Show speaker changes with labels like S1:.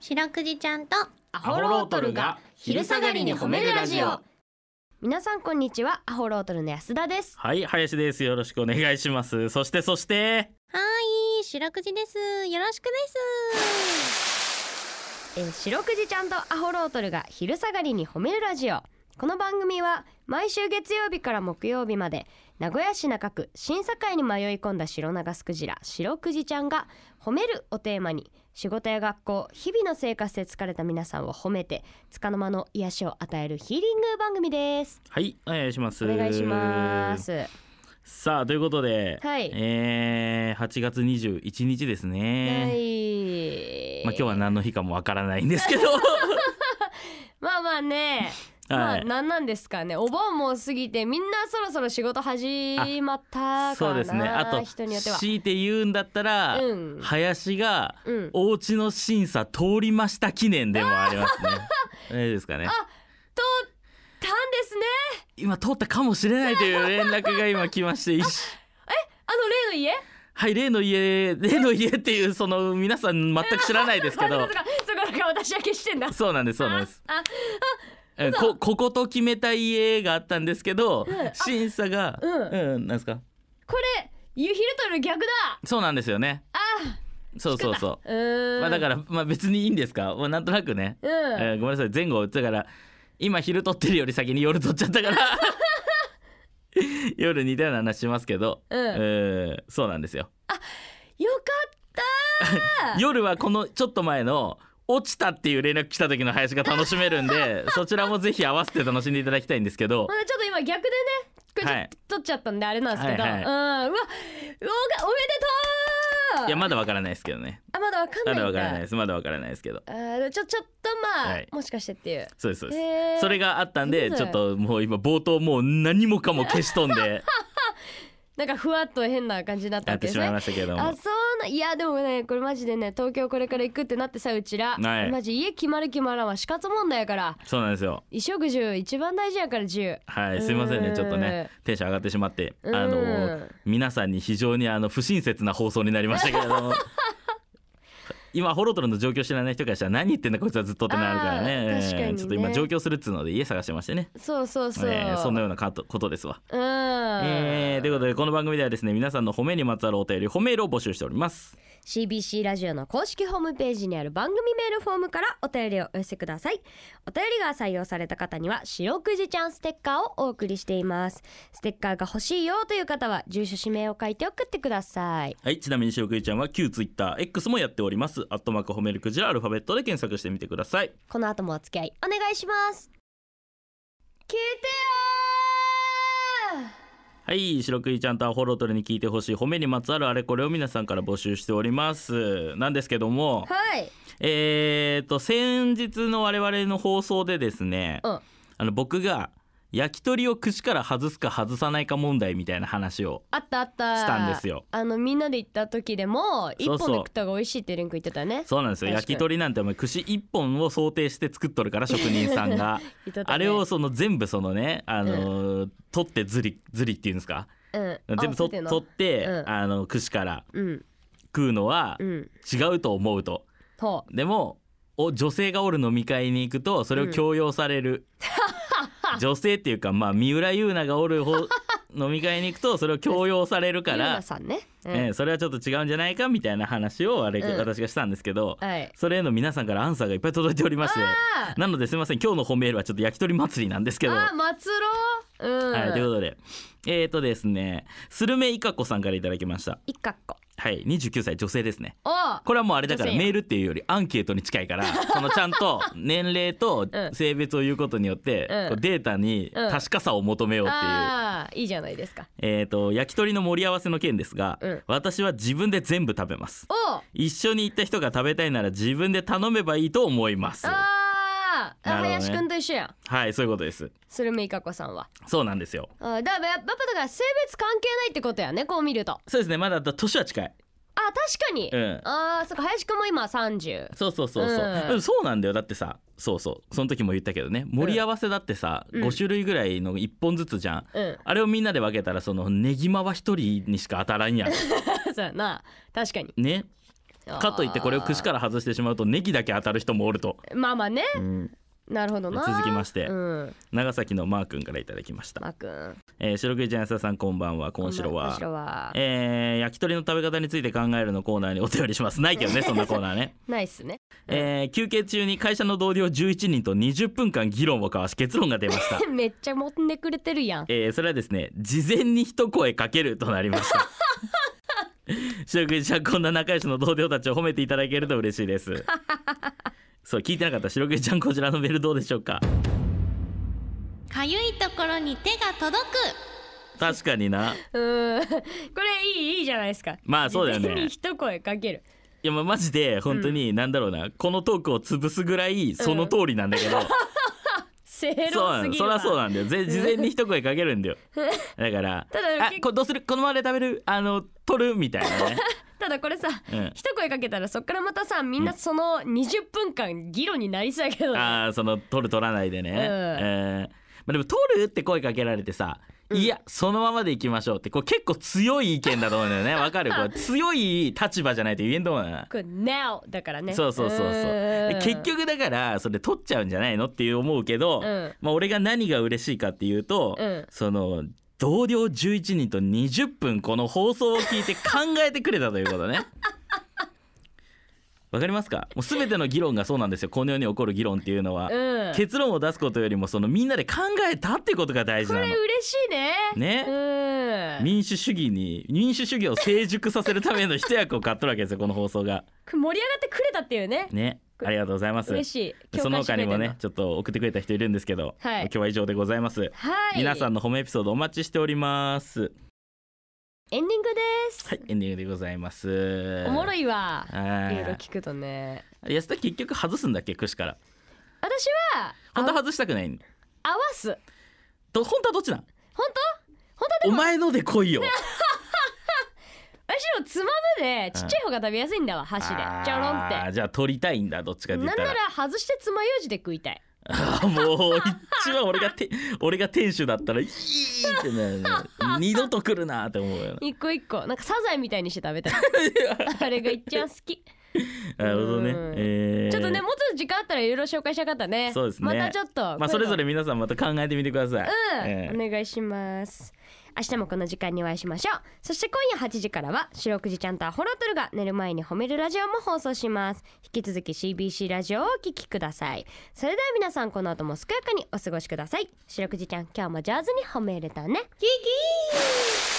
S1: 白くじちゃんとア
S2: ホロートルが昼下がりに褒めるラジオ
S3: 皆さんこんにちはアホロートルの安田です
S2: はい林ですよろしくお願いしますそしてそして
S1: いい白くじですよろしくです
S3: えー、白くじちゃんとアホロートルが昼下がりに褒めるラジオこの番組は毎週月曜日から木曜日まで名古屋市中区審査会に迷い込んだ白長スクジラ白くじちゃんが「褒める」をテーマに仕事や学校日々の生活で疲れた皆さんを褒めて束の間の癒しを与えるヒーリング番組です
S2: はいお願いします
S3: お願いします
S2: さあということで、
S3: はい
S2: えー、8月21日です
S3: は
S2: ね、
S3: い
S2: まあ今日は何の日かもわからないんですけど
S3: まあまあねま
S2: は
S3: あ
S2: い
S3: なんなんですかねお盆も過ぎてみんなそろそろ仕事始まったかな
S2: そうですねあと
S3: 人によっては
S2: 強いて言うんだったら、
S3: うん
S2: 林が
S3: うん
S2: お家の審査通りました記念でもありま すねええですかね
S3: あ通ったんですね
S2: 今通ったかもしれないという連絡が今来まして 一瞬
S3: あの例の家
S2: はい例の家例の家っていうその皆さん全く知らないですけ
S3: あ
S2: ど
S3: そこそこだから私だけしてんだ
S2: そうなんですそうなんです
S3: あ
S2: えこここと決めた家があったんですけど審査が
S3: うん
S2: うんなんですか
S3: これユヒルトル逆だ
S2: そうなんですよね
S3: あ
S2: そうそうそう
S3: ー
S2: うんまあだからまあ別にいいんですかまあなんとなくね
S3: うん、
S2: えーごめんなさい前後だから今昼撮ってるより先に夜撮っちゃったから 夜似たような話しますけど、
S3: うん
S2: えーそうなんですよ
S3: よかった
S2: 夜はこのちょっと前の落ちたっていう連絡来た時の林が楽しめる んでそちらもぜひ合わせて楽しんでいただきたいんですけど
S3: まだちょっと今逆でねこれちょっと
S2: はい
S3: 取っちゃったんであれなんですけど、
S2: はいはい
S3: うんうわおかおめでとう
S2: いやまだわからないですけどね
S3: あまだわかんな
S2: ま
S3: いんだ
S2: だわからないですまだわからないですけど
S3: あーちょちょっとまあ、
S2: はい
S3: もしかしてっていう
S2: そうですそうです、
S3: へー
S2: それがあったんで
S3: そう
S2: ち
S3: だ
S2: ょ
S3: よ
S2: っともう今冒頭もう何もかも消し飛んで
S3: なんかふわっと変な感じになった
S2: や
S3: わ
S2: って
S3: けで
S2: し
S3: す
S2: まい
S3: ね
S2: ましたけど
S3: あ
S2: も
S3: そうないやでもねこれマジでね東京これから行くってなってさうちら、
S2: はい
S3: マジ家決まる決まらんは死活問題やから
S2: そうなんですよ
S3: 衣食住一番大事やから自由
S2: はい、すいません
S3: う
S2: ね、
S3: ん
S2: ちょっとね、テンション上がってしまって、あ
S3: うん
S2: の、皆さんに非常にあの不親切な放送になりましたけれ ども。今ホロトルの状況知らない人からしたら何言ってんだこいつはずっとってなるからね
S3: あー確かにね
S2: ちょっと今上京するっつうので家探してましてね
S3: そうそうそう、
S2: えーそんなようなかとことですわ。
S3: うん、
S2: えーということでこの番組ではですね皆さんの褒めにまつわるお便り褒めールを募集しております。
S3: CBC ラジオの公式ホームページにある番組メールフォームからお便りをお寄せくださいお便りが採用された方には「白くじちゃんステッカー」をお送りしていますステッカーが欲しいよという方は住所氏名を書いて送ってください
S2: はい、ちなみにしろくいちゃんは旧ツイッター X もやっております。アットマーク褒めるクジラアルファベットで検索してみてください。
S3: この後もお付き合いお願いします聞いてよー
S2: はい白クイちゃんとアホロトルに聞いてほしい褒めにまつわるあれこれを皆さんから募集しておりますなんですけども
S3: はい
S2: えー、と先日の我々の放送でですね、
S3: うん
S2: あの僕が焼き鳥を串から外すか外さないか問題みたいな話を
S3: あったあった
S2: したんですよ
S3: あのみんなで行った時でも一
S2: そう
S3: 本で食った方が美味しいってリンク言ってたね
S2: そうなんです
S3: 確か
S2: よ
S3: に
S2: 焼き鳥なんてお前串1本を想定して作っとるから職人さんが
S3: 言ってたね
S2: あれをその全部そのね、あのー取ってずりずりっていうんですか
S3: うん
S2: 全部取
S3: あ
S2: っ取って、
S3: うん
S2: あの串から
S3: うん
S2: 食うのは、
S3: うん
S2: 違うと思うと
S3: と
S2: でもお女性がおる飲み会に行くとそれを強要され る、女性っていうかまあ三浦優奈がお る方飲み会に行くとそれを強要されるか
S3: ゆう
S2: ら
S3: な、さんね、うん
S2: ええそれはちょっと違うんじゃないかみたいな話をあれ、
S3: うん
S2: 私がしたんですけど、
S3: はい
S2: それへの皆さんからアンサーがいっぱい届いておりまして
S3: あ
S2: なのですいません今日の本メールはちょっと焼き鳥祭りなんですけど。
S3: あー松郎うん、
S2: はい、ということでえっ、ー、とですねスルメイカ子さんからいただきました
S3: 一かっこ
S2: はい29歳女性ですね
S3: お
S2: これはもうあれだか
S3: 女
S2: ら
S3: 性や
S2: メールっていうよりアンケートに近いか らそのちゃんと年齢と
S3: うん
S2: 性別を言うことによって、
S3: うん
S2: こうデータに
S3: うん
S2: 確かさを求めようっていう、
S3: ああいいじゃないですか
S2: えー、と焼き鳥の盛り合わせの件ですが、
S3: うん
S2: 私は自分で全部食べます
S3: おあ
S2: 一緒に行った人が食べたいなら自分で頼めばいいと思います
S3: あー、
S2: なるほどね
S3: 林くんと一緒やん
S2: はいそういうことです
S3: 鶴見いかこさんは
S2: そうなんですよ
S3: あーだからやっぱだから性別関係ないってことやねこう見るとあ
S2: そうですねまだ年は近い
S3: 確かに、
S2: うん
S3: ああそっか林くんも今30
S2: そうそうそうそう、
S3: うん
S2: でもそうなんだよだってさそうそうその時も言ったけどね盛り合わせだってさ、
S3: うん
S2: 5種類ぐらいの1本ずつじゃん
S3: うん
S2: あれをみんなで分け たらそのネギマは一人にしか当たらんやん
S3: そうやな確かに
S2: ねかといってこれを串から外してしまうとネギだけ当たる人もおると、
S3: まあまあね
S2: うん
S3: なるほどな
S2: 続きまして
S3: うん
S2: 長崎のマー君からいただきました、
S3: まーくん
S2: えー、白くじジャンサさんこんばんはこんし
S3: こ
S2: ろ
S3: んばんこん
S2: は
S3: しろは
S2: えー焼き鳥の食べ方について考えるのコーナーにお便りしますないけど ねそんなコーナーね、
S3: ないっすね
S2: えー休憩中に会社の同僚11人と20分間議論を交わし結論が出ました
S3: めっちゃ持ってくれてるやん
S2: えーそれはですね事前に一声かけるとなりました白くじちゃんこんな仲良しの同僚たちを褒めていただけると嬉しいですそう聞いてなかった白くじちゃんこちらのメールどうでしょうか
S1: かゆいところに手が届く
S2: 確かにな
S3: うん これいいいいじゃないですか
S2: まあそうだよね
S3: 事前に一声かける
S2: いやまあマジで本当になんだろうな、このトークを潰すぐらいその通りなんだけ ど、
S3: 正
S2: そう
S3: 論
S2: な
S3: す
S2: の
S3: ぎ
S2: そ
S3: る
S2: りゃ
S3: わ
S2: そうなんだよぜ事前に一声かけるんだよだから
S3: ただ
S2: あ
S3: 結構
S2: これどうするこのままで食べるあの取るみたいなね、
S3: ただこれさ
S2: うん
S3: 一声かけたらそっからまたさみんなその20分間議論になりそうやけどね
S2: あーその取る取らないでね、
S3: うん
S2: えーまあ、でも取るって声かけられてさ、いやそのままでいきましょうってこれ結構強い意見だと思うんだよねわか るこれ強い立場じゃないと言えんと思うな
S3: これ now だからね
S2: そうそうそうそうで
S3: ん
S2: 結局だからそれ取っちゃうんじゃないのっていう思うけど、
S3: うん
S2: まあ、俺が何が嬉しいかっていうと、
S3: うん
S2: その同僚11人と20分この放送を聞いて考えてくれたというこ とね。わかりますかもう全ての議論がそうなんですよこの世に起こる議論っていうのは、
S3: うん
S2: 結論を出すことよりもそのみんなで考えたってことが大事
S3: こ
S2: な
S3: れ
S2: の。
S3: 嬉しいね
S2: ね
S3: うん
S2: 民主主義に民主主義を成熟させるための一役を買っとるわけですよこの放送が。
S3: これ盛り上がってくれたっていうね
S2: ねありがとうございます。
S3: 嬉しい
S2: その他に
S3: 共感してく
S2: もね
S3: れてん
S2: ちょっと送ってくれた人いるんですけど、
S3: はい
S2: 今日は以上でございます、
S3: のはい
S2: 皆さんの褒めエピソードお待ちしております
S3: エンディングです、
S2: はいエンディングでございます
S3: おもろ
S2: い
S3: いわいろいろ
S2: あ
S3: 聞くとね
S2: 安田結局外すんだっけ串から
S3: 私は
S2: 本当
S3: あ
S2: は外したくないん
S3: 合わす
S2: と本当はどっちなん
S3: 本当本
S2: お前ので来いよ
S3: 当私のつまむでちっちゃい方が食べやすいんだわ箸でちょろん
S2: あー
S3: っ
S2: じゃあ取りたいんだどっち
S3: て
S2: かって言
S3: な
S2: っ
S3: ん
S2: た
S3: な
S2: ら
S3: ら外してつまようじで食いたい
S2: あーもう一番俺が て俺が店主だったらいいってなるね二度と来るなって思うよ
S3: 一個一個なんかサザエみたいにして食べたいあれが一番好き
S2: なるほどね、
S3: うん
S2: えー
S3: ちょっとねもうちょっと時間あったらいろいろ紹介したかったね
S2: そうですね
S3: またちょっと
S2: まあそれぞ
S3: れ
S2: れ皆さんまた考えてみてください。ええ
S3: うんお願いします明日もこの時間にお会いしましょうそして今夜8時からは「白くじちゃんとアホロトルが寝る前に褒めるラジオ」も放送します引き続き CBC ラジオをお聴きくださいそれでは皆さんこの後も健やかにお過ごしください白くじちゃん今日も上手に褒めれたねキキー